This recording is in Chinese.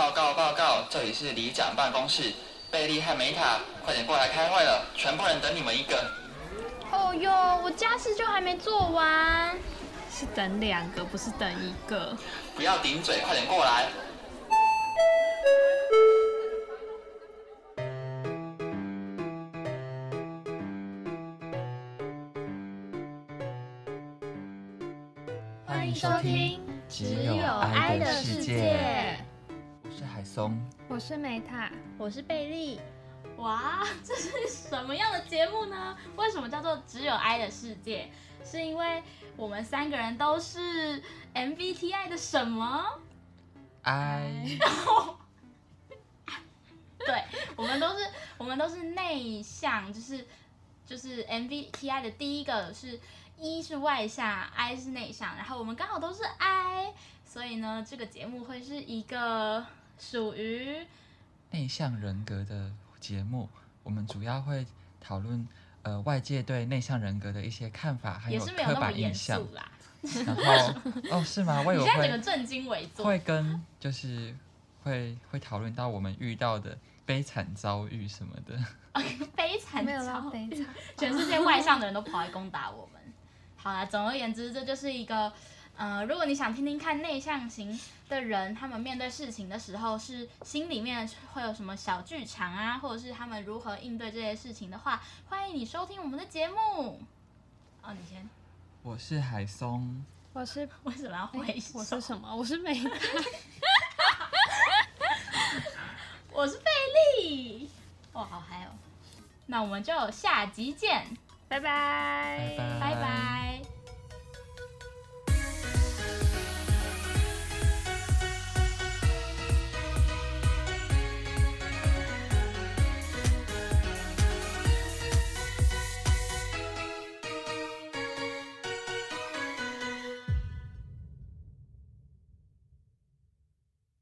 好，这里是里长办公室，贝利和梅塔，快点过来开会了，全部人等你们一个。哦哟，我家事就还没做完。是等两个，不是等一个。不要顶嘴，快点过来。欢迎收听《只有爱的世界》，我是海松，我是梅塔，我是贝利。哇，这是什么样的节目呢？为什么叫做只有爱的世界？是因为我们三个人都是 MBTI 的什么？爱对， 我们都是我们都是内向，就是就是 MBTI 的第一个是一是外向，I 是内向，然后我们刚好都是 I，所以呢，这个节目会是一个属于内向人格的节目，我们主要会讨论呃外界对内向人格的一些看法，还也是没有刻那么板严印肃象啦。 然后哦是吗？我以你为现在整个会正襟危坐，会跟就是会会讨论到我们遇到的悲惨遭遇什么的。悲惨没有到遭悲惨。全世界外向的人都跑来攻打我们。好啦，总而言之，这就是一个，呃，如果你想听听看内向型的人，他们面对事情的时候是心里面会有什么小剧场啊，或者是他们如何应对这些事情的话，欢迎你收听我们的节目。哦，你先，我是海松，我是为什么要挥手？ 哎我是什么？我是梅塔。 我是贝利。哇，好嗨哦哦！那我们就下集见， 拜拜拜拜拜拜。